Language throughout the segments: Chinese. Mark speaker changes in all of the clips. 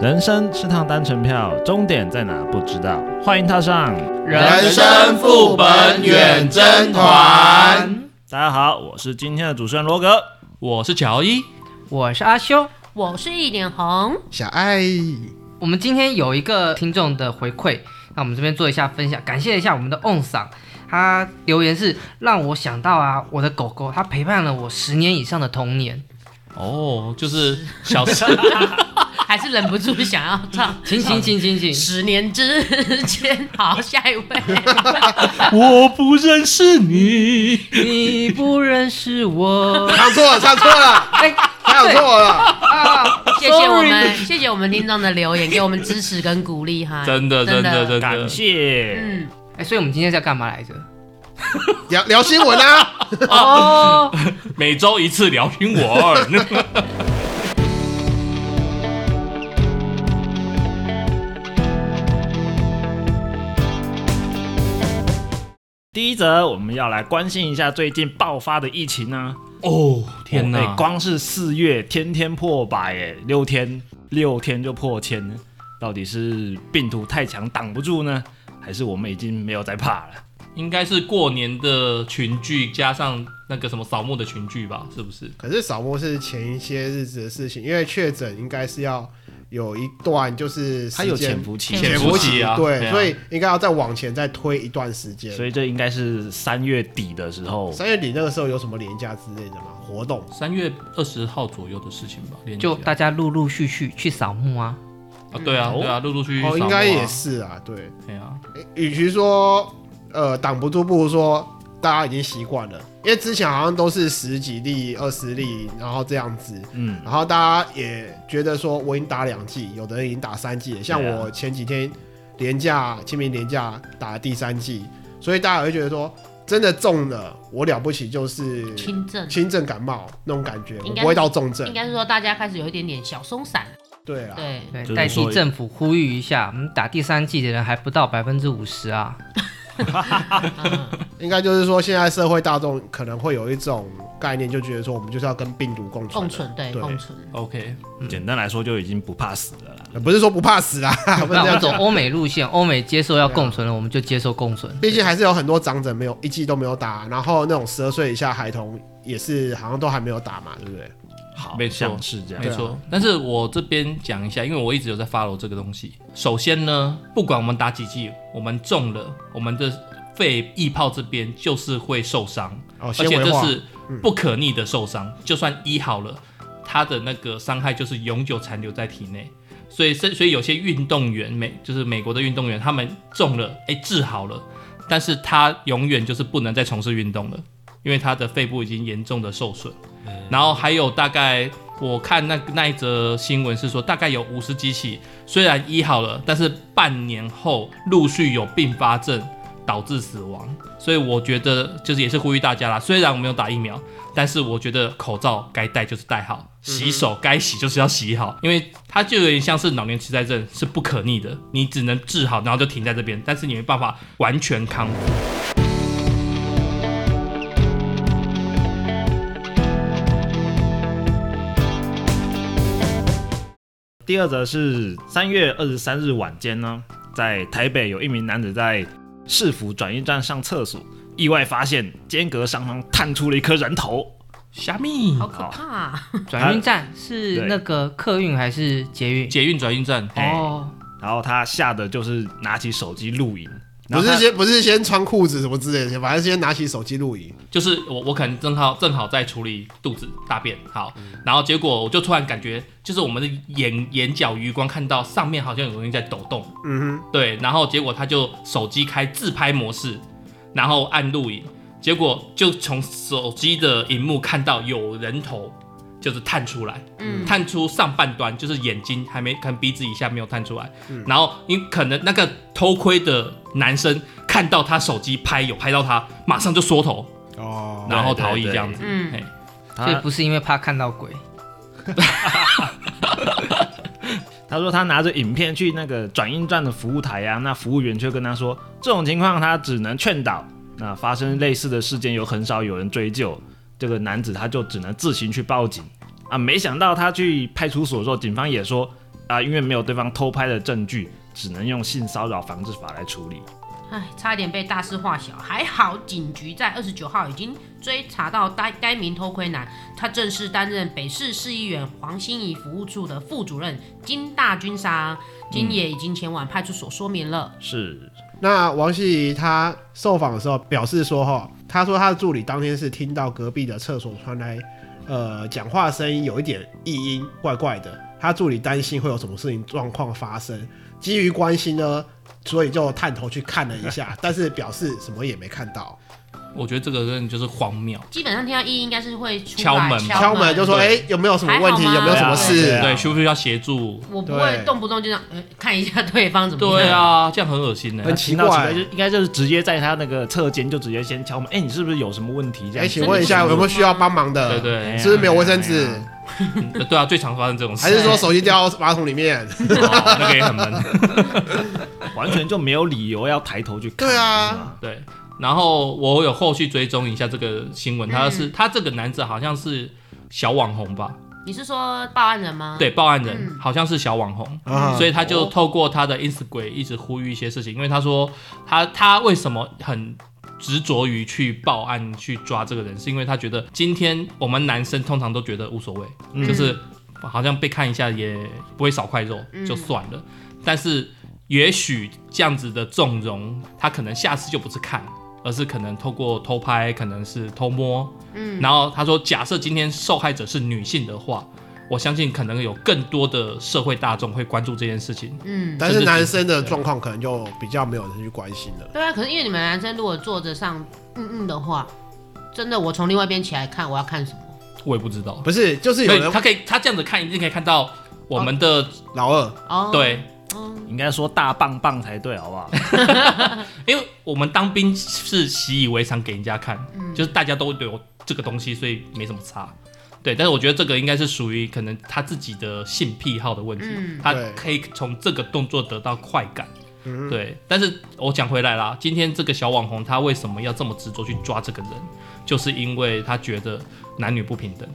Speaker 1: 人生是趟单程票，终点在哪不知道，欢迎踏上。
Speaker 2: 人生副本远征团。
Speaker 1: 大家好，我是今天的主持人罗格。
Speaker 3: 我是乔伊，
Speaker 4: 我是阿修。
Speaker 5: 我是一脸红，
Speaker 2: 小爱，
Speaker 4: 我们今天有一个听众的回馈，那我们这边做一下分享，感谢一下我们的 On 赏。他留言是让我想到啊，我的狗狗，它陪伴了我十年以上的童年。
Speaker 3: 哦，就是小时
Speaker 5: 还是忍不住想要唱。
Speaker 4: 请请请请请，
Speaker 5: 十年之前，好，下一位，
Speaker 3: 我不认识你，
Speaker 4: 你不认识我。
Speaker 2: 唱错了，唱错了，
Speaker 4: 哎，
Speaker 2: 唱
Speaker 4: 对
Speaker 2: 错了，
Speaker 4: 啊，
Speaker 5: 谢谢我们，谢谢我们听众的留言，给我们支持跟鼓励哈。
Speaker 3: 真的真的真
Speaker 1: 感
Speaker 3: 的，
Speaker 1: 谢。
Speaker 5: 嗯，
Speaker 4: 哎，所以我们今天是要干嘛来着？
Speaker 2: 聊聊新闻啊。
Speaker 4: 哦，
Speaker 3: 每周一次聊新闻。
Speaker 1: 第一则，我们要来关心一下最近爆发的疫情呢、
Speaker 3: 哦，天
Speaker 1: 哎
Speaker 3: 哪，
Speaker 1: 光是四月天天破百，哎，六天六天就破千了，到底是病毒太强挡不住呢，还是我们已经没有在怕了？
Speaker 3: 应该是过年的群聚加上那个什么扫墓的群聚吧？是不是？
Speaker 2: 可是扫墓是前一些日子的事情，因为确诊应该是要有一段就是
Speaker 1: 它
Speaker 2: 时
Speaker 1: 有
Speaker 2: 间
Speaker 1: 潜伏期，
Speaker 5: 潜
Speaker 3: 伏期啊对
Speaker 2: 对，
Speaker 3: 啊
Speaker 2: 所以应该要再往前再推一段时间。
Speaker 1: 所以这应该是三月底的时候，
Speaker 2: 三月底那个时候有什么廉价之类的吗？活动？
Speaker 3: 三月二十号左右的事情吧，连假
Speaker 4: 就大家陆陆续续去扫墓啊。
Speaker 3: 啊，对啊，对啊，陆陆续续扫墓
Speaker 2: 哦，
Speaker 3: 啊，
Speaker 2: 应该也是啊，对。
Speaker 3: 对啊，
Speaker 2: 与其说呃挡不住，不如说大家已经习惯了，因为之前好像都是十几例、二十例，然后这样子，
Speaker 1: 嗯，
Speaker 2: 然后大家也觉得说我已经打两剂，有的人已经打三剂了，像
Speaker 1: 对啊
Speaker 2: 我前几天廉价清明廉价打了第三剂，所以大家也会觉得说真的中了，我了不起就是
Speaker 5: 轻症，
Speaker 2: 轻症感冒那种感觉，
Speaker 5: 应
Speaker 2: 我
Speaker 5: 该
Speaker 2: 不会到重症
Speaker 5: 应。该是说大家开始有一点点小松散，
Speaker 2: 对啦，
Speaker 5: 对，
Speaker 4: 对
Speaker 1: 就是，
Speaker 4: 代
Speaker 1: 说
Speaker 4: 替政府呼吁一下，我们打第三季的人还不到百分之五十啊。
Speaker 5: 嗯
Speaker 2: 应该就是说现在社会大众可能会有一种概念，就觉得说我们就是要跟病毒共存
Speaker 5: 共
Speaker 2: 的。
Speaker 5: 存，对，
Speaker 2: 对
Speaker 5: 共存，
Speaker 3: OK，
Speaker 1: 简单来说就已经不怕死了啦。
Speaker 2: 呃不是说不怕死啦，
Speaker 4: 那
Speaker 2: 不是这
Speaker 4: 我
Speaker 2: 样
Speaker 4: 们走
Speaker 2: 讲。
Speaker 4: 欧美路线，欧美接受要
Speaker 2: 对啊
Speaker 4: 共存了，我们就接受共存。
Speaker 2: 毕竟还是有很多长者没有一剂都没有打，然后那种十二岁以下孩童也是好像都还没有打嘛，对不对？
Speaker 1: 好
Speaker 3: 没错
Speaker 1: 像是这样
Speaker 3: 没。错，但是我这边讲一下，因为我一直有在 follow 这个东西。首先呢，不管我们打几剂，我们中了，我们的肺易泡这边就是会受伤，
Speaker 2: 哦，
Speaker 3: 而
Speaker 2: 纤
Speaker 3: 且这
Speaker 2: 维化，嗯
Speaker 3: 是不可逆的受伤。就算医好了，它的那个伤害就是永久残留在体内。所以，所以所以有些运动员，美就是美国的运动员，他们中了，哎、治好了，但是他永远就是不能再从事运动了，因为他的肺部已经严重的受损。
Speaker 2: 嗯
Speaker 3: 然后还有大概我看那那一则新闻是说，大概有五十几起，虽然医好了，但是半年后陆续有并发症导致死亡。所以我觉得就是也是呼吁大家啦，虽然我没有打疫苗，但是我觉得口罩该戴就是戴好，洗手该洗就是要洗好，因为它就有点像是老年痴呆症是不可逆的，你只能治好，然后就停在这边，但是你没办法完全康复。
Speaker 1: 第二则是三月二十三日晚间呢，在台北有一名男子在市府转运站上厕所，意外发现间隔上方探出了一颗人头。
Speaker 3: 虾米
Speaker 5: 好可怕，啊
Speaker 4: 转运站是
Speaker 1: 对
Speaker 4: 那个客运还是捷运？
Speaker 3: 捷运转运站，
Speaker 1: 哎
Speaker 4: 哦，
Speaker 1: 然后他吓得就是拿起手机录影，然
Speaker 2: 不
Speaker 1: 后他
Speaker 2: 是先不是先穿裤子什么之类的，反正先拿起手机录影。
Speaker 3: 就是我我可能正好正好在处理肚子大便，好，然后结果我就突然感觉，就是我们的眼眼角余光看到上面好像有东西在抖动，
Speaker 2: 嗯
Speaker 3: 对，然后结果他就手机开自拍模式，然后按录影，结果就从手机的荧幕看到有人头，就是探出来，
Speaker 5: 嗯，
Speaker 3: 探出上半端，就是眼睛还没看鼻子以下没有探出来，然后你可能那个偷窥的男生看到他手机拍有拍到他，马上就缩头，
Speaker 2: 哼，哦，
Speaker 3: 然后逃逸这样子，
Speaker 5: 对对对
Speaker 3: 嘿
Speaker 4: 所以
Speaker 1: 哎他
Speaker 4: 不是因为怕看到鬼，
Speaker 1: 他说他拿着影片去那个转运站的服务台啊，那服务员却跟他说，这种情况他只能劝导。那发生类似的事件有很少有人追究，这个男子他就只能自行去报警啊。没想到他去派出所之后，警方也说啊，因为没有对方偷拍的证据，只能用性骚扰防治法来处理。
Speaker 5: 唉，差点被大事化小，还好警局在二十九号已经追查到该该名偷窥男，他正式担任北市市议员黄心怡服务处的副主任金大军商，金也已经前往派出所说明了。
Speaker 1: 是，
Speaker 2: 那王希怡她受访的时候表示说，哈，她说她的助理当天是听到隔壁的厕所传来，呃，讲话声音有一点异音，怪怪的。她助理担心会有什么事情状况发生，基于关心呢，所以就探头去看了一下，但是表示什么也没看到，
Speaker 3: 我觉得这个真的就是荒谬。
Speaker 5: 基本上听到异应该是会出来
Speaker 3: 敲门嘛
Speaker 2: 敲门就说，哎、
Speaker 3: 对
Speaker 2: 有没有什么问题？
Speaker 5: 还好吗
Speaker 2: 有没有什么
Speaker 1: 对
Speaker 2: 事
Speaker 1: 啊？
Speaker 3: 对，需不需要协助？
Speaker 5: 我不会
Speaker 2: 对
Speaker 5: 动不动就这样、呃、看一下对方怎么样。
Speaker 3: 对啊，这样很恶心呢、
Speaker 2: 很奇怪
Speaker 1: 听到就应该就是直接在他那个侧肩就直接先敲门，哎、你是不是有什么问题？这
Speaker 2: 哎、
Speaker 1: 样子，
Speaker 2: 请问一下有没有需要帮忙的？
Speaker 3: 对对
Speaker 1: 哎呀
Speaker 2: 是不是没有卫生纸？
Speaker 1: 哎呀
Speaker 3: 嗯对啊，最常发生这种事，
Speaker 2: 还是说手机掉到马桶里面？
Speaker 3: 哦那个也很闷。
Speaker 1: 完全就没有理由要抬头去看。
Speaker 2: 对啊
Speaker 1: 是吗，
Speaker 3: 对，然后我有后续追踪一下这个新闻，他是、他这个男子好像是小网红吧？
Speaker 5: 你是说报案人吗？，
Speaker 3: 对，报案人、
Speaker 5: 嗯
Speaker 3: 好像是小网红。
Speaker 2: 啊
Speaker 3: 所以他就透过他的 Instagram 一直呼吁一些事情，因为他说他他为什么很执着于去报案去抓这个人，是因为他觉得今天我们男生通常都觉得无所谓，
Speaker 1: 嗯
Speaker 3: 就是好像被看一下也不会少块肉
Speaker 5: 嗯
Speaker 3: 就算了，但是也许这样子的纵容，他可能下次就不是看。而是可能透过偷拍，可能是偷摸，
Speaker 5: 嗯，
Speaker 3: 然后他说，假设今天受害者是女性的话，我相信可能有更多的社会大众会关注这件事情。
Speaker 5: 嗯，
Speaker 2: 但是男生的状况可能就比较没有人去关心了。
Speaker 5: 对啊，可是因为你们男生如果坐着上嗯嗯的话，真的我从另外一边起来看，我要看什么？
Speaker 3: 我也不知道，
Speaker 2: 不是，就是有
Speaker 3: 所以
Speaker 2: 人
Speaker 3: 他可以他这样子看，一定可以看到我们的、
Speaker 2: 老二，
Speaker 5: 哦，
Speaker 3: 对，
Speaker 5: 哦，
Speaker 1: 应该说大棒棒才对，好不 好？
Speaker 3: 因为我们当兵是习以为常给人家看，
Speaker 5: 嗯
Speaker 3: 就是大家都有这个东西，所以没什么差。对，但是我觉得这个应该是属于可能他自己的性癖好的问题，
Speaker 5: 嗯
Speaker 3: 他
Speaker 2: 对
Speaker 3: 可以从这个动作得到快感。
Speaker 2: 嗯，
Speaker 3: 对，但是我讲回来啦，今天这个小网红他为什么要这么执着去抓这个人，就是因为他觉得男女不平等。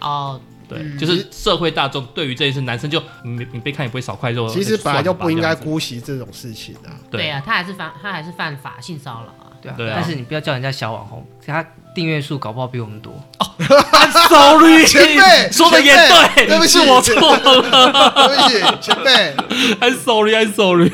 Speaker 5: 哦，
Speaker 3: 对，
Speaker 5: 嗯
Speaker 3: 就是社会大众对于这件事，男生就你你被看也不会少块肉。
Speaker 2: 其实本来就不应该
Speaker 3: 那算了吧
Speaker 2: 姑息这种事情 啊。
Speaker 3: 这
Speaker 5: 对
Speaker 3: 样子
Speaker 5: 啊，他还是犯他还是犯法性骚扰啊。
Speaker 4: 对啊，
Speaker 3: 对啊
Speaker 4: 但是你不要叫人家小网红，他订阅数搞不好比我们多。
Speaker 3: ，sorry，
Speaker 2: 啊前辈
Speaker 3: 说的也
Speaker 2: 前辈
Speaker 3: 对，
Speaker 2: 对不起
Speaker 3: 是我错了
Speaker 2: 对不起，前辈，
Speaker 3: ，I'm sorry，I'm sorry。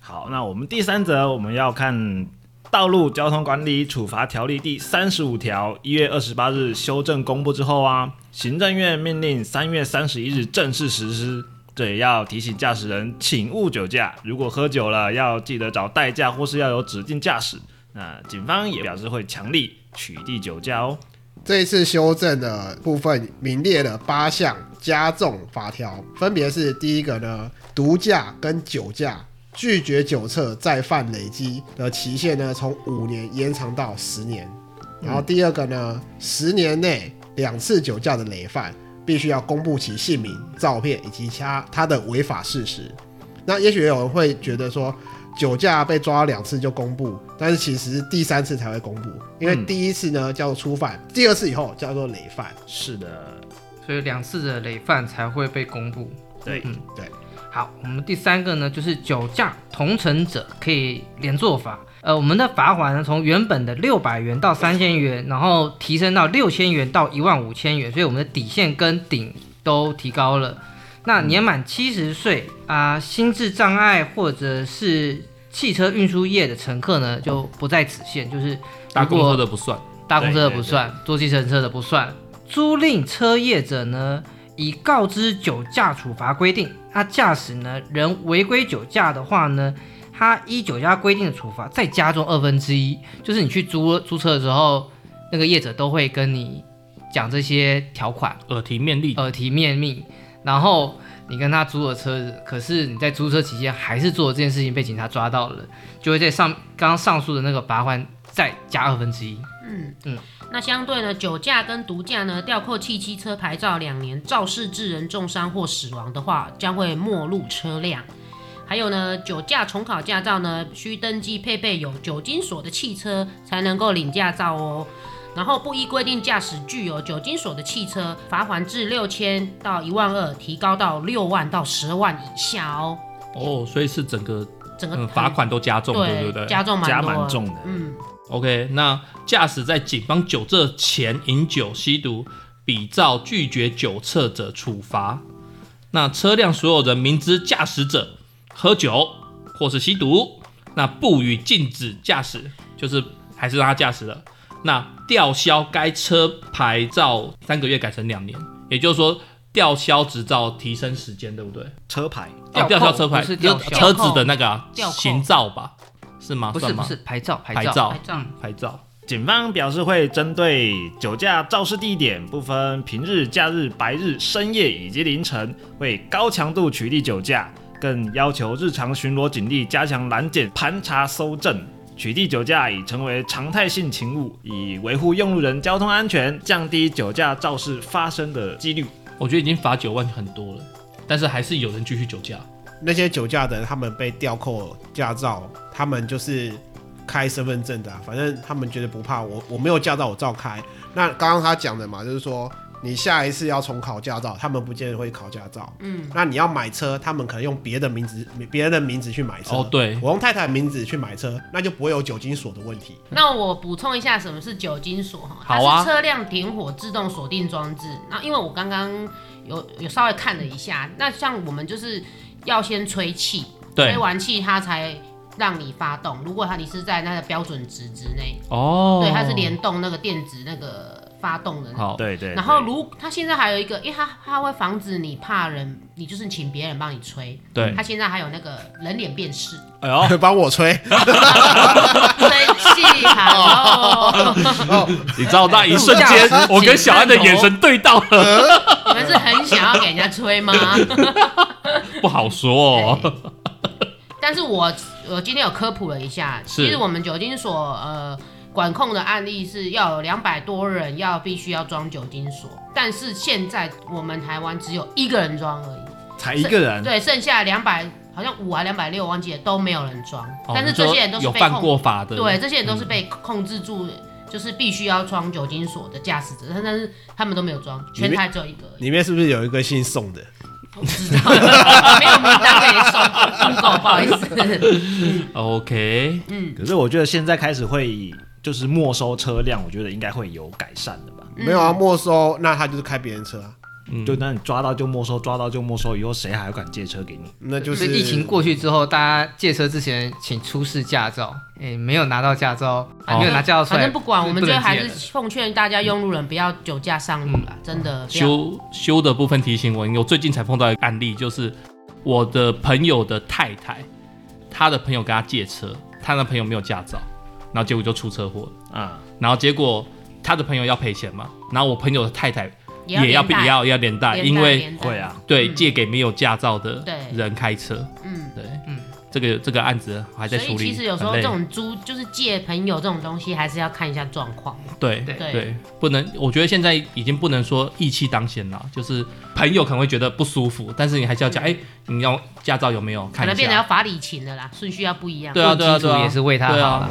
Speaker 1: 好，那我们第三则我们要看《道路交通管理处罚条例》第三十五条，一月二十八日修正公布之后啊，行政院命令三月三十一日正式实施。这也要提醒驾驶人，请勿酒驾。如果喝酒了，要记得找代驾或是要有指定驾驶。那警方也表示会强力取缔酒驾哦。
Speaker 2: 这一次修正的部分名列了八项加重法条，分别是第一个呢，毒驾跟酒驾。拒绝酒测再犯累积的期限呢，从五年延长到十年。然后第二个呢，十年内两次酒驾的累犯，必须要公布其姓名、照片以及其他他的违法事实。那也许有人会觉得说，酒驾被抓两次就公布，但是其实第三次才会公布，因为
Speaker 1: 嗯
Speaker 2: 第一次呢叫做初犯，第二次以后叫做累犯。
Speaker 1: 是的，
Speaker 4: 所以两次的累犯才会被公布。
Speaker 1: 对，
Speaker 5: 嗯
Speaker 4: 好，我们第三个呢，就是酒驾同乘者可以连坐罚。呃，我们的罚款呢，从原本的六百元到三千元，然后提升到六千元到一万五千元，所以我们的底线跟顶都提高了。那年满七十岁啊、心智障碍或者是汽车运输业的乘客呢，就不在此限，就是
Speaker 3: 搭
Speaker 4: 如
Speaker 3: 公车
Speaker 4: 果
Speaker 3: 的不算，
Speaker 4: 搭公车的
Speaker 1: 对对
Speaker 4: 不算，坐计程车的不算。租赁车业者呢，已告知酒驾处罚规定，那驾驶呢人违规酒驾的话呢，他依酒驾规定的处罚再加重二分之一，就是你去租租车的时候，那个业者都会跟你讲这些条款，
Speaker 3: 耳提面
Speaker 1: 嗯
Speaker 3: 令。
Speaker 4: 耳提面命，然后。你跟他租了车子，可是你在租车期间还是做了这件事情，被警察抓到了，就会在上刚刚上述的那个罚款再加二分之一。
Speaker 5: 嗯
Speaker 4: 嗯
Speaker 5: 嗯，那相对呢，酒驾跟毒驾呢，吊扣汽机车牌照两年，肇事致人重伤或死亡的话，将会没入车辆。还还有呢，酒驾重考驾照呢，需登记配备有酒精锁的汽车才能够领驾照哦。然后不依规定驾驶具有酒精锁的汽车，罚款至六千到一万二，提高到六万到十万以下哦。
Speaker 3: 哦，所以是整个
Speaker 5: 整个
Speaker 3: 嗯罚款都加重，对
Speaker 5: 对
Speaker 3: 不对？
Speaker 5: 加重蛮
Speaker 1: 加
Speaker 5: 多
Speaker 1: 蛮
Speaker 5: 的
Speaker 1: 重的。
Speaker 5: 嗯，
Speaker 3: OK，那驾驶在警方酒测前饮酒、吸毒，比照拒绝酒测者处罚。那车辆所有人明知驾驶者喝酒或是吸毒，那不予禁止驾驶，就是还是让他驾驶了。那吊销该车牌照三个月改成两年，也就是说吊销执照提升时间，对不对？
Speaker 1: 车牌
Speaker 3: 哦，吊
Speaker 4: 吊
Speaker 3: 销
Speaker 4: 扣
Speaker 3: 车牌
Speaker 4: 不是吊
Speaker 3: 就
Speaker 4: 销
Speaker 3: 车子的那个啊
Speaker 5: 吊扣
Speaker 3: 行照吧？是吗？
Speaker 4: 不是
Speaker 3: 算
Speaker 4: 不
Speaker 3: 吗
Speaker 4: 是牌照牌
Speaker 3: 牌
Speaker 4: 照
Speaker 3: 照
Speaker 5: 拍照
Speaker 3: 牌照。
Speaker 1: 警方表示会针对酒驾肇事地点，不分平日、假日、白日、深夜以及凌晨，为高强度取缔酒驾，更要求日常巡逻警力加强拦检、盘查、搜证。取缔酒驾已成为常态性勤务，以维护用路人交通安全，降低酒驾肇事发生的几率。
Speaker 3: 我觉得已经罚九万很多了，但是还是有人继续酒驾。
Speaker 6: 那些酒驾的人，他们被吊扣驾照，他们就是开身份证的啊、反正他们觉得不怕，我我没有驾照我照开。那刚刚他讲的嘛，就是说你下一次要重考驾照，他们不见得会考驾照。
Speaker 5: 嗯，
Speaker 6: 那你要买车，他们可能用别的名字、别人的名字去买车。
Speaker 3: 哦，对，
Speaker 6: 我用太太的名字去买车，那就不会有酒精锁的问题。
Speaker 5: 那我补充一下，什么是酒精锁？哈，它
Speaker 3: 好啊
Speaker 5: 是车辆点火自动锁定装置。那因为我刚刚有有稍微看了一下，那像我们就是要先吹气，
Speaker 3: 对
Speaker 5: 吹，完气它才让你发动。如果它你是在那个标准值之内，
Speaker 3: 哦，
Speaker 5: 对，它是联动那个电子那个发动的那个。
Speaker 3: 好，
Speaker 1: 对对
Speaker 5: 哦然后如它现在还有一个，因为它它会防止你怕人，你就是请别人帮你吹。
Speaker 3: 对
Speaker 5: 它，现在还有那个人脸辨识，
Speaker 1: 哎呦，
Speaker 3: 哦
Speaker 6: 帮我吹，
Speaker 5: 生 气好，
Speaker 4: 哦
Speaker 3: 你知道那一瞬 间，我跟小安的眼神对到了，
Speaker 5: 你们是很想要给人家吹吗？
Speaker 3: 不好说 哦。
Speaker 5: 对但是我我今天有科普了一下，
Speaker 3: 是
Speaker 5: 其实我们酒精所呃管控的案例是要有两百多人要必须要装酒精锁，但是现在我们台湾只有一个人装而已，
Speaker 1: 才一个
Speaker 3: 嗯
Speaker 1: 人，
Speaker 5: 对，剩下两百好像五还啊两百六忘记了都没有人装，
Speaker 3: 哦
Speaker 5: 但是
Speaker 3: 你说
Speaker 5: 这些人都是
Speaker 3: 有
Speaker 5: 被
Speaker 3: 犯
Speaker 5: 控
Speaker 3: 过法的，
Speaker 5: 对，这些人都是被控制住，就是必须要装酒精锁的驾驶者，但但是他们都没有装，全台只有一个而已。
Speaker 6: 里面是不是有一个姓宋的？
Speaker 5: 我不知道， 没有名单可以送，Google 不好意思。
Speaker 3: OK，
Speaker 1: 可是我觉得现在开始会就是没收车辆，我觉得应该会有改善的吧。
Speaker 4: 嗯
Speaker 6: 没有
Speaker 5: 嗯
Speaker 6: 啊，没收，那他就是开别人车啊，
Speaker 3: 嗯，
Speaker 1: 就那你抓到就没收，抓到就没收，以后谁还敢借车给你？
Speaker 6: 那就
Speaker 4: 就是是疫情过去之后，大家借车之前请出示驾照，诶、没有拿到驾照，啊、没有拿驾照出
Speaker 5: 反
Speaker 4: 来，
Speaker 5: 正不管，我们
Speaker 4: 不
Speaker 5: 最
Speaker 4: 能
Speaker 5: 后还
Speaker 4: 借
Speaker 5: 是
Speaker 4: 了
Speaker 5: 奉劝大家用路人不要酒驾上路
Speaker 3: 嗯
Speaker 5: 啦，真的。不要
Speaker 3: 修修的部分提醒我，因为我最近才碰到一个案例，就是我的朋友的太太，她的朋友跟她借车，她的朋友没有驾照，然后结果就出车祸了，
Speaker 1: 啊，
Speaker 3: 然后结果她的朋友要赔钱嘛，然后我朋友的太太也
Speaker 5: 也
Speaker 3: 要
Speaker 5: 要
Speaker 3: 被也要要连带，
Speaker 5: 连带
Speaker 3: 因为
Speaker 5: 连带
Speaker 1: 会啊，
Speaker 3: 对
Speaker 5: 嗯
Speaker 3: 借给没有驾照的
Speaker 5: 对
Speaker 3: 人开车，
Speaker 5: 嗯。
Speaker 3: 对，
Speaker 4: 嗯
Speaker 3: 这个这个案子还在
Speaker 5: 所以
Speaker 3: 处理，
Speaker 5: 其实有时候
Speaker 3: 很累
Speaker 5: 这种租就是借朋友这种东西，还是要看一下状况。
Speaker 3: 对
Speaker 4: 对
Speaker 3: 对，不能，我觉得现在已经不能说义气当先了，就是朋友可能会觉得不舒服，但是你还是要讲，哎，你要驾照有没有？
Speaker 5: 嗯可
Speaker 3: 看
Speaker 5: 能
Speaker 3: 一
Speaker 5: 变得要
Speaker 3: 下，
Speaker 5: 法理情了啦，顺序要不一样。
Speaker 3: 对啊对啊
Speaker 4: 基础
Speaker 3: 对啊，
Speaker 4: 也是为他好
Speaker 3: 对
Speaker 4: 了
Speaker 3: 啊。。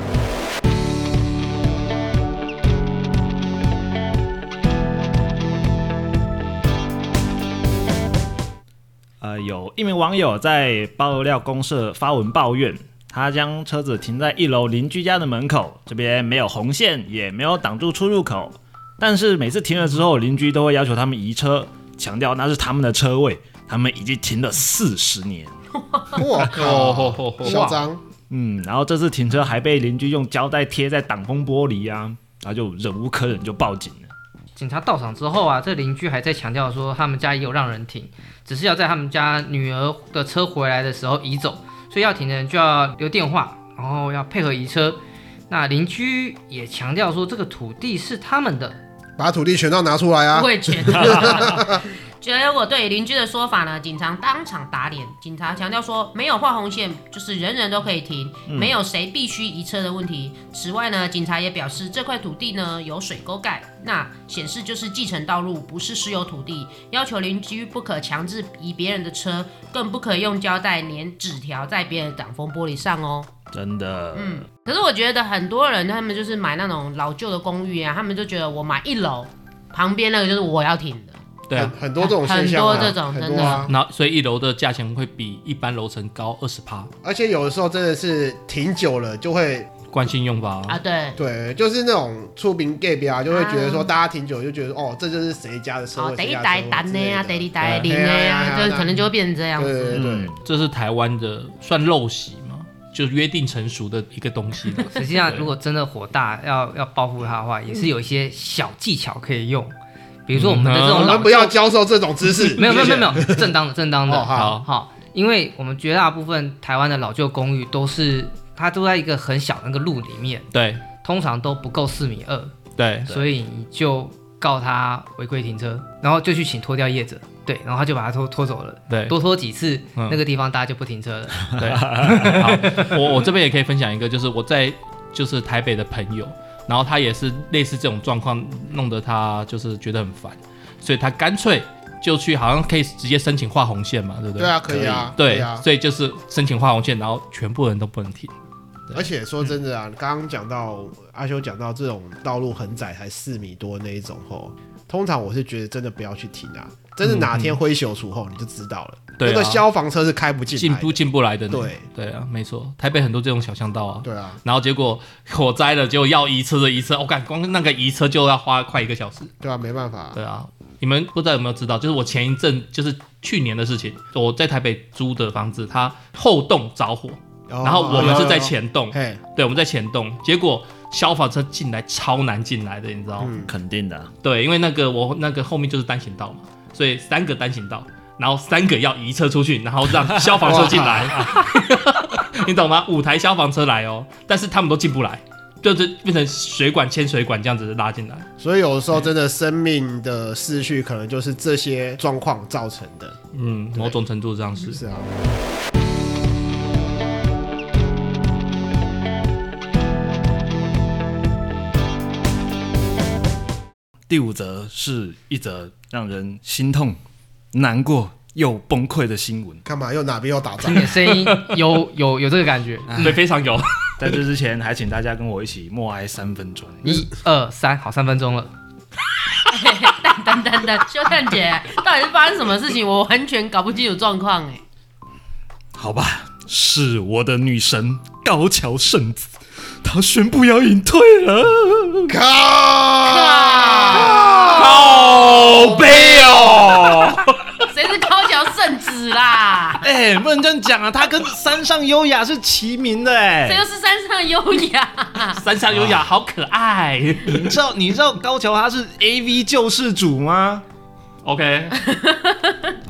Speaker 1: 呃，有一名网友在爆料公社发文抱怨，他将车子停在一楼邻居家的门口，这边没有红线，也没有挡住出入口，但是每次停了之后，邻居都会要求他们移车，强调那是他们的车位，他们已经停了四十年。
Speaker 2: 我
Speaker 3: 哦
Speaker 2: 靠，
Speaker 3: 吼吼
Speaker 2: 嚣
Speaker 3: 吼！
Speaker 2: 张！
Speaker 1: 嗯，然后这次停车还被邻居用胶带贴在挡风玻璃啊，然后就忍无可忍就报警了。
Speaker 4: 警察到场之后啊，这邻居还在强调说他们家也有让人停，只是要在他们家女儿的车回来的时候移走，所以要停的人就要留电话，然后要配合移车。那邻居也强调说这个土地是他们的，
Speaker 6: 把土地权状拿出来啊！
Speaker 5: 我也觉得， 结果对邻居的说法呢，警察当场打脸。警察强调说，没有画红线，就是人人都可以停，没有谁必须移车的问题。此外呢，警察也表示这块土地呢有水沟盖，那显示就是继承道路，不是私有土地。要求邻居不可强制移别人的车，更不可用胶带粘纸条在别人的挡风玻璃上哦。
Speaker 1: 真的，嗯，
Speaker 5: 可是我觉得很多人他们就是买那种老旧的公寓啊，他们就觉得我买一楼旁边那个就是我要停的。
Speaker 3: 对啊
Speaker 2: 很，很多这种现象、啊，
Speaker 5: 很多这种
Speaker 2: 很
Speaker 5: 真
Speaker 2: 多
Speaker 5: 的
Speaker 2: 啊，
Speaker 3: 然后所以一楼的价钱会比一般楼层高二十趴，
Speaker 2: 而且有的时候真的是停久了就会，
Speaker 3: 惯性用
Speaker 2: 哦
Speaker 3: 法、
Speaker 5: 啊，对，
Speaker 2: 对，就是那种出名 gay 啊，就会觉得说
Speaker 5: 啊
Speaker 2: 大家停久了就觉得哦，这就是谁家的车
Speaker 5: 哦，
Speaker 2: 位，
Speaker 5: 得
Speaker 2: 谁
Speaker 5: 一
Speaker 2: 家的
Speaker 5: 代
Speaker 2: 车位
Speaker 5: 单
Speaker 2: 啊之
Speaker 5: 的
Speaker 2: 类
Speaker 5: 呀，
Speaker 2: 的
Speaker 5: 得一代零
Speaker 2: 对
Speaker 5: 的
Speaker 2: 啊
Speaker 5: 呀，
Speaker 2: 对啊
Speaker 5: 就可能就会变成这样
Speaker 2: 对对
Speaker 5: 子。
Speaker 1: 嗯
Speaker 2: 对，
Speaker 3: 这是台湾的算陋习嘛，就约定成熟的一个东西 了
Speaker 4: 实际上，如果真的火大要要报复他的话，也是有一些小技巧可以用，比如说我
Speaker 3: 嗯
Speaker 4: 们的这
Speaker 2: 我
Speaker 4: 哦种老
Speaker 2: 们不要教授这种知识，
Speaker 4: 没有没有没
Speaker 2: 谢
Speaker 4: 有
Speaker 2: 谢
Speaker 4: 没有正 当的正当的
Speaker 2: 哦好
Speaker 4: 好，因为我们绝大部分台湾的老旧公寓都是它都在一个很小的那个路里面，
Speaker 3: 对
Speaker 4: 通常都不够四米二，
Speaker 3: 对
Speaker 4: 所以你就告他违规停车，然后就去请拖吊业者，对，然后他就把他拖拖走了。
Speaker 3: 对
Speaker 4: 多拖几次，
Speaker 3: 嗯
Speaker 4: 那个地方大家就不停车了。
Speaker 3: 对， 好，我我这边也可以分享一个，就是我在就是台北的朋友，然后他也是类似这种状况，弄得他就是觉得很烦，所以他干脆就去好像可以直接申请画红线嘛，对不对？
Speaker 2: 对啊，可以啊，可
Speaker 3: 对
Speaker 2: 以啊，
Speaker 3: 所以就是申请画红线，然后全部人都不能停。
Speaker 2: 而且说真的啊，刚刚讲到阿修讲到这种道路很窄，才四米多那一种吼，通常我是觉得真的不要去停啊，真的哪天挥袖除后你就知道了，
Speaker 3: 对啊
Speaker 2: 那个消防车是开不进
Speaker 3: 进
Speaker 2: 来的
Speaker 3: 不，进不来的呢。
Speaker 2: 对
Speaker 3: 对啊，没错，台北很多这种小巷道啊。
Speaker 2: 对啊，
Speaker 3: 然后结果火灾了，结果要移车的移车，我、感光那个移车就要花快一个小时。
Speaker 2: 对啊，没办法啊，
Speaker 3: 对啊，你们不知道有没有知道，就是我前一阵就是去年的事情，我在台北租的房子，它后栋着火，
Speaker 2: 然
Speaker 1: 哦
Speaker 3: 然后我们是
Speaker 2: 哦
Speaker 3: 在，前栋，
Speaker 2: 嘿，
Speaker 3: 对，我们在前栋，结果消防车进来超难进来的，你知道吗？
Speaker 2: 嗯，
Speaker 1: 肯定的，
Speaker 3: 对，因为那个我那个后面就是单行道嘛，所以三个单行道，然后三个要移车出去，然后让消防车进来， 你懂吗？五台消防车来哦，但是他们都进不来，就是变成水管牵水管这样子拉进来。
Speaker 2: 所以有的时候真的生命的逝去，可能就是这些状况造成的，
Speaker 3: 嗯，某种程度上是。
Speaker 2: 是啊。
Speaker 1: 第五则是一则让人心痛、难过又崩溃的新闻。
Speaker 2: 干嘛又哪边又打仗
Speaker 4: 听？你的声音有有有这个感觉，
Speaker 2: 嗯
Speaker 3: 对，非常有。
Speaker 2: 啊
Speaker 1: 在这之前，还请大家跟我一起默哀三分钟。
Speaker 4: 一二三，好，三分钟了。
Speaker 5: 等 等等等，修蛋姐，到底是发生什么事情？我完全搞不清楚状况哎。
Speaker 1: 好吧，是我的女神高桥圣子，她宣布要隐退了。
Speaker 2: 啊
Speaker 1: 好悲哦！
Speaker 5: 谁是高桥圣子啦？
Speaker 1: 哎、不能这样讲啊，她跟山上优雅是齐名的哎、
Speaker 5: 这又是山上优雅，
Speaker 3: 山上优雅，
Speaker 2: 啊
Speaker 3: 好可爱。
Speaker 1: 你知道你知道高桥她是 A V 救世主吗？哦
Speaker 3: OK，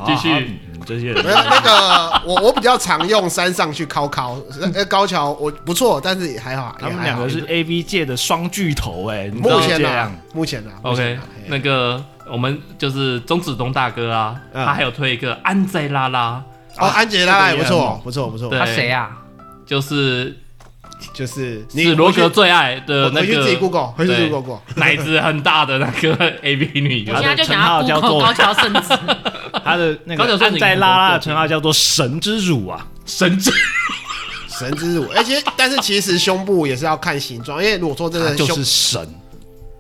Speaker 3: 继续
Speaker 1: 好好你们这些人
Speaker 2: 没有那个，我我比较常用山上去敲敲，呃，高桥我不错，但是也还好，
Speaker 1: 他
Speaker 2: 也
Speaker 1: 们
Speaker 2: 还
Speaker 1: 两
Speaker 2: 好
Speaker 1: 个是 A V 界的双巨头哎、你知道
Speaker 2: 目前
Speaker 1: 这
Speaker 2: 啊
Speaker 1: 样，
Speaker 2: 目前啊
Speaker 3: OK，那个我们就是钟子东大哥啊，
Speaker 2: 嗯
Speaker 3: 他还有推一个安在拉拉，
Speaker 2: 哦，安吉
Speaker 1: 这个
Speaker 2: 拉拉
Speaker 1: 也
Speaker 2: 也不
Speaker 1: 很
Speaker 2: 错
Speaker 1: 猛，
Speaker 2: 不错，不错，
Speaker 3: 对
Speaker 4: 他谁啊？
Speaker 3: 就是
Speaker 2: 就是你
Speaker 3: 是罗
Speaker 2: 回去
Speaker 3: 格最爱的
Speaker 2: 我
Speaker 3: 那
Speaker 2: 回去自己
Speaker 3: 个
Speaker 2: Google，回去自己
Speaker 3: 对
Speaker 2: Google
Speaker 3: 奶子很大的那个 AV 女
Speaker 5: 我
Speaker 3: 优
Speaker 5: 现。在就想
Speaker 1: 他
Speaker 5: 要
Speaker 1: 的称号
Speaker 5: Google 高
Speaker 1: 叫
Speaker 5: 桥圣子，
Speaker 1: 他的那
Speaker 3: 高桥
Speaker 1: 个
Speaker 3: 圣
Speaker 1: 安
Speaker 3: 子
Speaker 1: 在拉拉的称号叫做神之乳啊。
Speaker 3: 神之
Speaker 2: 神之乳，而且但是其实胸部也是要看形状，因为如果说真
Speaker 1: 他
Speaker 2: 的
Speaker 1: 就是
Speaker 2: 胸
Speaker 1: 神，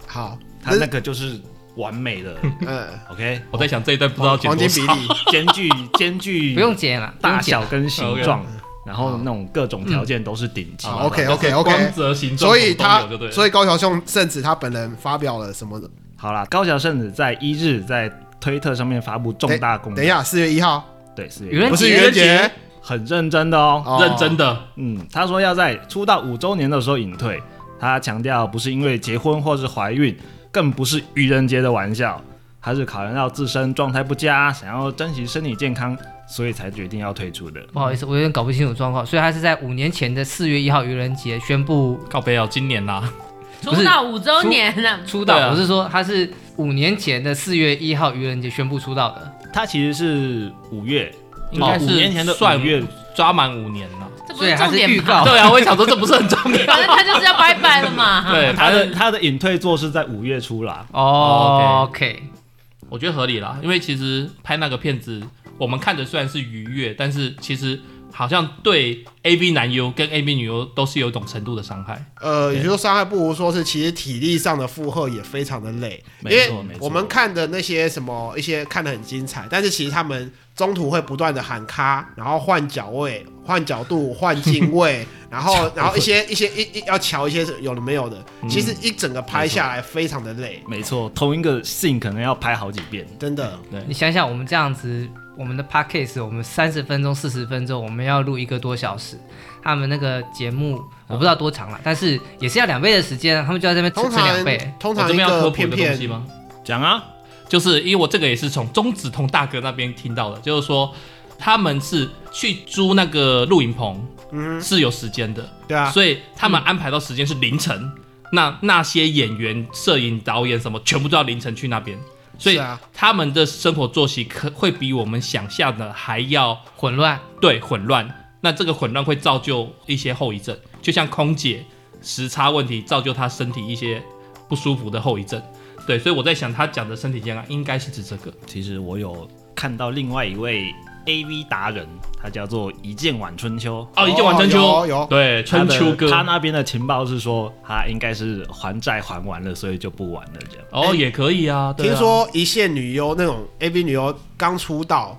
Speaker 2: 好，
Speaker 1: 他那个就是完美的。
Speaker 2: 嗯
Speaker 1: OK，
Speaker 3: 我在想这一段不知道
Speaker 2: 黄
Speaker 3: 剪
Speaker 2: 黄
Speaker 3: 多
Speaker 2: 金比
Speaker 3: 少。
Speaker 2: 例，
Speaker 1: 兼 具兼具
Speaker 4: 不用剪了，不用
Speaker 1: 大
Speaker 4: 剪
Speaker 1: 小
Speaker 4: 了
Speaker 1: 跟形状，然后那种各种条件都是顶级。
Speaker 2: 好嗯 OK OK
Speaker 3: 光
Speaker 2: OK，
Speaker 3: 泽 形状，
Speaker 2: 所以他所
Speaker 3: 以
Speaker 2: 以高桥兄甚至他本人发表了什么？
Speaker 1: 好啦，高桥圣子在一日在推特上面发布重大公告
Speaker 2: 等一，下，四月一号
Speaker 1: 对，是
Speaker 4: 愚人
Speaker 2: 不是
Speaker 4: 节
Speaker 2: 愚人节，
Speaker 1: 很认真的哦。
Speaker 2: 哦
Speaker 3: 认真的
Speaker 1: 嗯，他说要在出道五周年的时候隐退。他强调不是因为结婚或是怀孕，更不是愚人节的玩笑，他是考量到自身状态不佳，想要珍惜身体健康，所以才决定要退出的。
Speaker 4: 不好意思，我有点搞不清楚状况，所以他是在五年前的四月一号愚人节宣布
Speaker 3: 告别哦，今年啦，
Speaker 4: 不
Speaker 5: 出
Speaker 4: 是
Speaker 5: 道五周年了，
Speaker 4: 出
Speaker 3: 对啊
Speaker 4: 道。我是说他是五年前的四月一号愚人节宣布出道的，
Speaker 1: 它其实是五月，
Speaker 3: 应该
Speaker 1: 哦五年前的
Speaker 3: 是
Speaker 1: 五
Speaker 3: 算
Speaker 1: 月，
Speaker 3: 抓满五年了。
Speaker 5: 这不
Speaker 4: 所以
Speaker 5: 是
Speaker 4: 还
Speaker 5: 重
Speaker 4: 是
Speaker 5: 点
Speaker 4: 预
Speaker 5: 吧？
Speaker 4: 告。
Speaker 3: 对啊，我也想说这不是很重要。
Speaker 5: 反正他就是要拜拜了嘛。
Speaker 3: 对，
Speaker 1: 它
Speaker 3: 反
Speaker 1: 的
Speaker 3: 正
Speaker 1: 它的隐退作是在五月初啦。
Speaker 4: 哦 OK，
Speaker 3: 我觉得合理啦，因为其实拍那个片子，我们看着虽然是愉悦，但是其实好像对 A B 男优跟 A B 女优都是有一种程度的伤害。
Speaker 2: 呃，也就伤害不如说是，其实体力上的负荷也非常的累，因
Speaker 1: 没
Speaker 2: 为
Speaker 1: 错没错
Speaker 2: 我们看的那些什么一些看的很精彩，但是其实他们中途会不断的喊卡，然后换脚位、换角度、换镜 位，然后然后一些一些一一要瞧一些有的没有的，
Speaker 3: 嗯
Speaker 2: 其实一整个拍下来非常的累，
Speaker 1: 没错，同一个 scene 可能要拍好几遍。
Speaker 2: 真的。
Speaker 4: 你想想我们这样子，我们的 podcast 我们三十分钟、四十分钟，我们要录一个多小时，他们那个节目我不知道多长了，但是也是要两倍的时间，他们就要在那边
Speaker 2: 通
Speaker 4: 吃吃两
Speaker 2: 常
Speaker 4: 倍。
Speaker 2: 通
Speaker 3: 我
Speaker 2: 常
Speaker 3: 这
Speaker 2: 一
Speaker 3: 边要科
Speaker 2: 个
Speaker 3: 普
Speaker 2: 片
Speaker 3: 的东
Speaker 2: 片
Speaker 3: 西吗？
Speaker 1: 讲啊，
Speaker 3: 就是因为我这个也是从钟子通大哥那边听到的，就是说他们是去租那个露营棚，是有时间的，
Speaker 2: 对嗯啊，嗯
Speaker 3: 所以他们安排到时间是凌晨。那那些演员、摄影、导演什么，全部都要凌晨去那边，所以
Speaker 2: 是啊
Speaker 3: 他们的生活作息可会比我们想象的还要
Speaker 4: 混乱，
Speaker 3: 对混乱。那这个混乱会造就一些后遗症，就像空姐时差问题造就她身体一些不舒服的后遗症。对，所以我在想，他讲的身体健康应该是指这个。
Speaker 1: 其实我有看到另外一位 A V 达人，他叫做一剑晚春秋。
Speaker 3: 哦，一剑完春秋
Speaker 2: 有，有
Speaker 3: 对，春秋歌，
Speaker 1: 他的他那边的情报是说，他应该是还债还完了，所以就不玩了这样。
Speaker 3: 哦也可以啊。对啊
Speaker 2: 听说一线女优那种 AV 女优刚出道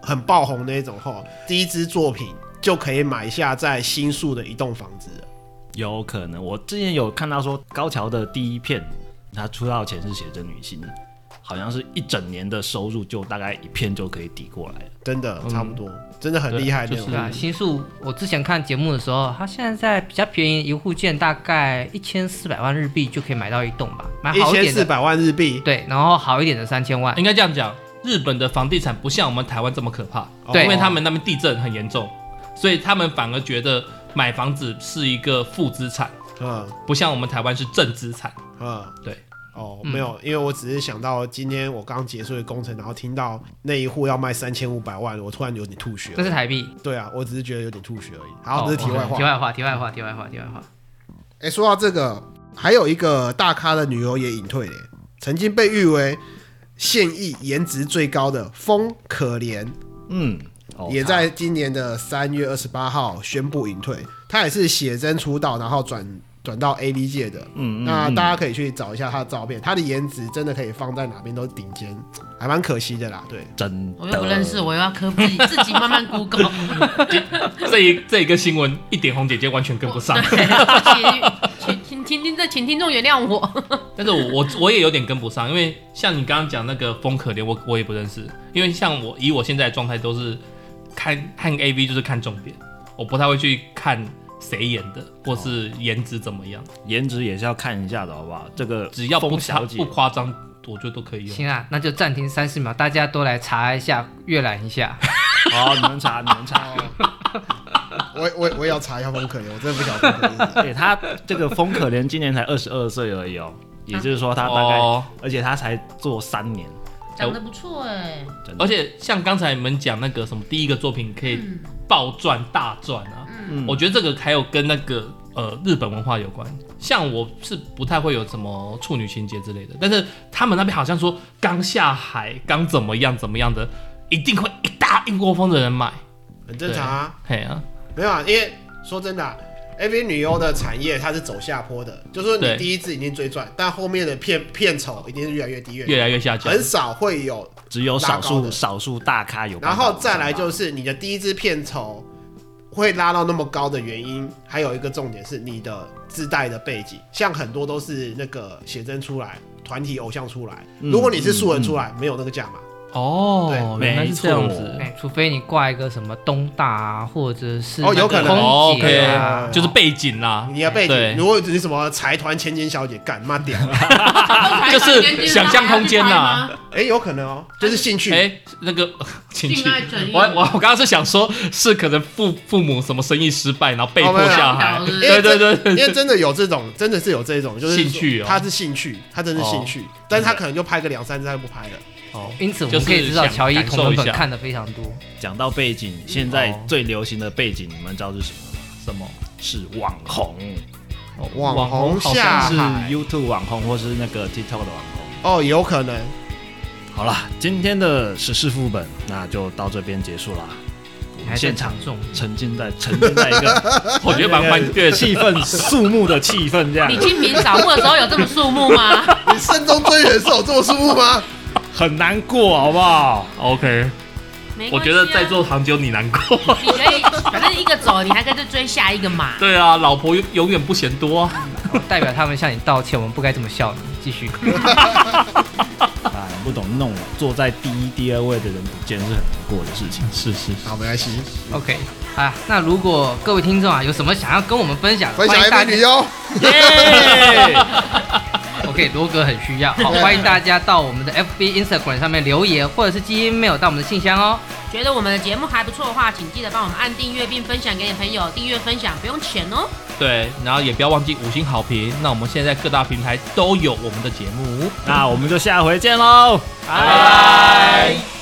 Speaker 2: 很爆红那种后，第一支作品就可以买下在新宿的一栋房子了。
Speaker 1: 有可能，我之前有看到说高桥的第一片，他出道前是写真女星，好像是一整年的收入就大概一片就可以抵过来了。
Speaker 2: 真的差不多，真的很厉害那
Speaker 3: 对
Speaker 2: 种。
Speaker 3: 就
Speaker 4: 对
Speaker 3: 是
Speaker 4: 啊，新宿我之前看节目的时候，它现在在比较便宜，一户建大概一千四百万日币就可以买到一栋吧，买
Speaker 2: 一
Speaker 4: 好一
Speaker 2: 千
Speaker 4: 点
Speaker 2: 四
Speaker 4: 的，
Speaker 2: 百万日哎币，
Speaker 4: 对，然后好一点的三千万，
Speaker 3: 应该这样讲，日本的房地产不像我们台湾这么可怕，
Speaker 2: 哦
Speaker 4: 对
Speaker 3: 因为他们那边地震很严重，所以他们反而觉得买房子是一个负资产，
Speaker 2: 嗯
Speaker 3: 不像我们台湾是正资产。
Speaker 2: 嗯，
Speaker 3: 对。
Speaker 2: 哦，
Speaker 4: 嗯
Speaker 2: 没有，因为我只是想到今天我刚结束的工程，然后听到那一户要卖三千五百万，我突然有点吐血
Speaker 4: 那。是台币。
Speaker 2: 对啊，我只是觉得有点吐血而已。
Speaker 4: 哦
Speaker 2: 好，这是题外
Speaker 4: 题
Speaker 2: 话。
Speaker 4: 外话，题外话，题外话，题外话。
Speaker 2: 哎，说到这个，还有一个大咖的女优也隐退了，曾经被誉为现役颜值最高的风可怜
Speaker 1: 嗯，哦
Speaker 2: 也在今年的三月二十八号宣布隐退。他也是写真出道，然后转转到 A V 界的。
Speaker 1: 嗯嗯
Speaker 2: 那
Speaker 1: 嗯
Speaker 2: 大家可以去找一下他的照片，他的颜值真的可以放在哪边都是顶尖，还蛮可惜的啦。对，
Speaker 1: 真的
Speaker 5: 我又不认识，我又要科普自己，自己慢慢 Google。
Speaker 3: 这一这一个新闻一点红姐姐完全跟不上，
Speaker 5: 对请请请听这，请听众原谅我。
Speaker 3: 但是我我我也有点跟不上，因为像你刚刚讲那个风可怜，我我也不认识，因为像我以我现在的状态都是看看 A V 就是看重点，我不太会去看谁演的或是颜值怎么样，
Speaker 1: 颜值也是要看一下的好不好？这个
Speaker 3: 只要不
Speaker 1: 哦风
Speaker 3: 差
Speaker 1: 小姐
Speaker 3: 不夸张，我觉得都可以用。
Speaker 4: 行啊，那就暂停三十秒，大家都来查一下，阅览一下。
Speaker 1: 好，你们哦查，你们查。
Speaker 2: 我我我也要查一下风可怜，我真的不晓得风可怜 是谁。
Speaker 1: 对哎他这个风可怜今年才二十二岁而已哦，也就是说他大概，
Speaker 3: 哦
Speaker 1: 而且他才做三年，
Speaker 5: 长得不错哎、
Speaker 1: 真的
Speaker 3: 而且像刚才你们讲那个什么第一个作品可以
Speaker 5: 嗯
Speaker 3: 暴赚大赚啊，我觉得这个还有跟那个呃日本文化有关。像我是不太会有什么处女情节之类的，但是他们那边好像说刚下海刚怎么样怎么样的，一定会一大一窝蜂的人买。
Speaker 2: 很正常啊，
Speaker 3: 嘿啊，
Speaker 2: 没有啊，因为说真的、啊。A V 女优的产业它是走下坡的，就是说你
Speaker 3: 对
Speaker 2: 第一支一定最赚，但后面的片片酬一定是越来越低，越来越
Speaker 3: 越来越下降
Speaker 2: 很。少会有
Speaker 1: 只有少
Speaker 2: 拉高
Speaker 1: 数
Speaker 2: 的
Speaker 1: 少数大咖有办
Speaker 2: 然
Speaker 1: 法往上拉。
Speaker 2: 后再来就是你的第一支片酬会拉到那么高的原因，还有一个重点是你的自带的背景，像很多都是那个写真出来、团体偶像出来，
Speaker 1: 嗯
Speaker 2: 如果你是素人出来，
Speaker 3: 嗯
Speaker 2: 没有那个价码。
Speaker 3: 哦，
Speaker 1: 对
Speaker 3: 原来是这样子
Speaker 1: 没。
Speaker 4: 哎，除非你挂一个什么东大啊，或者是
Speaker 2: 哦有可能
Speaker 4: 那个空
Speaker 3: OK，
Speaker 4: 姐啊，
Speaker 3: 就是背景啦，
Speaker 2: 你的背
Speaker 3: 对
Speaker 2: 景，如果你什么财团千金小姐，干妈 屌，
Speaker 3: 啊就是想象空间呐
Speaker 5: 呐、
Speaker 2: 哎，有可能哦，就是兴趣，
Speaker 3: 哎、那个 亲戚
Speaker 5: 性爱转移，
Speaker 3: 我我我刚刚是想说，是可能父父母什么生意失败，然后被迫下海。
Speaker 5: 哦
Speaker 4: 嗯
Speaker 5: 没有
Speaker 2: 因为
Speaker 3: 对对对
Speaker 2: 真
Speaker 3: 对
Speaker 2: 因为真的有这种，真的是有这种，就是
Speaker 3: 兴趣哦
Speaker 2: 他是兴趣，他真的是兴趣，但是他可能就拍个两三支他就不拍了，
Speaker 3: 哦，
Speaker 4: 因此我
Speaker 3: 就
Speaker 4: 们
Speaker 3: 是
Speaker 4: 可以知道
Speaker 3: 想
Speaker 4: 乔伊
Speaker 3: 感
Speaker 4: 同人
Speaker 3: 受一
Speaker 4: 本
Speaker 3: 下
Speaker 4: 看的非常多。
Speaker 1: 讲到背
Speaker 2: 嗯
Speaker 1: 景，现在
Speaker 3: 哦
Speaker 1: 最流行的背景，你们知道是什么吗？
Speaker 3: 什么
Speaker 1: 是网红，
Speaker 3: 哦
Speaker 2: 网
Speaker 3: 网红
Speaker 2: 红
Speaker 3: 好
Speaker 2: 下
Speaker 3: 像
Speaker 1: 是
Speaker 3: 是
Speaker 2: 海
Speaker 1: YouTube 网红或是那个 TikTok 的网红。
Speaker 2: 哦，有可能。
Speaker 1: 好啦，今天的时事副本那就到这边结束啦。我
Speaker 4: 还
Speaker 1: 们
Speaker 4: 在
Speaker 1: 现场
Speaker 4: 重，
Speaker 1: 沉浸 在沉浸在一个
Speaker 3: 我觉得蛮蛮对的
Speaker 1: 气氛肃穆的气氛 这样
Speaker 5: 你，清明扫墓的时候有这么肃穆 吗？
Speaker 2: 你慎终追远是有这么舒服吗？
Speaker 1: 很难过好不 好？
Speaker 3: OK，
Speaker 5: 没
Speaker 3: 我
Speaker 5: 关系
Speaker 3: 觉
Speaker 5: 啊
Speaker 3: 得在座长久你难过。
Speaker 5: 你可以，反正一个走，你还可以再追下一个嘛。
Speaker 3: 对啊，老婆永永远不嫌多 啊。
Speaker 4: 代表他们向你道歉，我们不该这么笑你。继续，
Speaker 1: 啊，不懂弄了，坐在第一、第二位的人不见是很难过的事情。
Speaker 3: 是是是，
Speaker 2: 好，没关系，
Speaker 4: OK 啊，那如果各位听众啊有什么想要跟我们分享，
Speaker 2: 分享
Speaker 4: 欢迎
Speaker 2: 一
Speaker 4: 大
Speaker 2: 美
Speaker 4: 家
Speaker 2: 女哟。
Speaker 4: OK，罗哥很需要， 好，欢迎大家到我们的 FB、Instagram 上面留言，或者是寄 email 到我们的信箱哦。
Speaker 5: 觉得我们的节目还不错的话，请记得帮我们按订阅并分享给你朋友，订阅分享不用钱哦。
Speaker 3: 对，然后也不要忘记五星好评。那我们现在各大平台都有我们的节目。
Speaker 1: 那我们就下回见喽，拜
Speaker 3: 拜拜。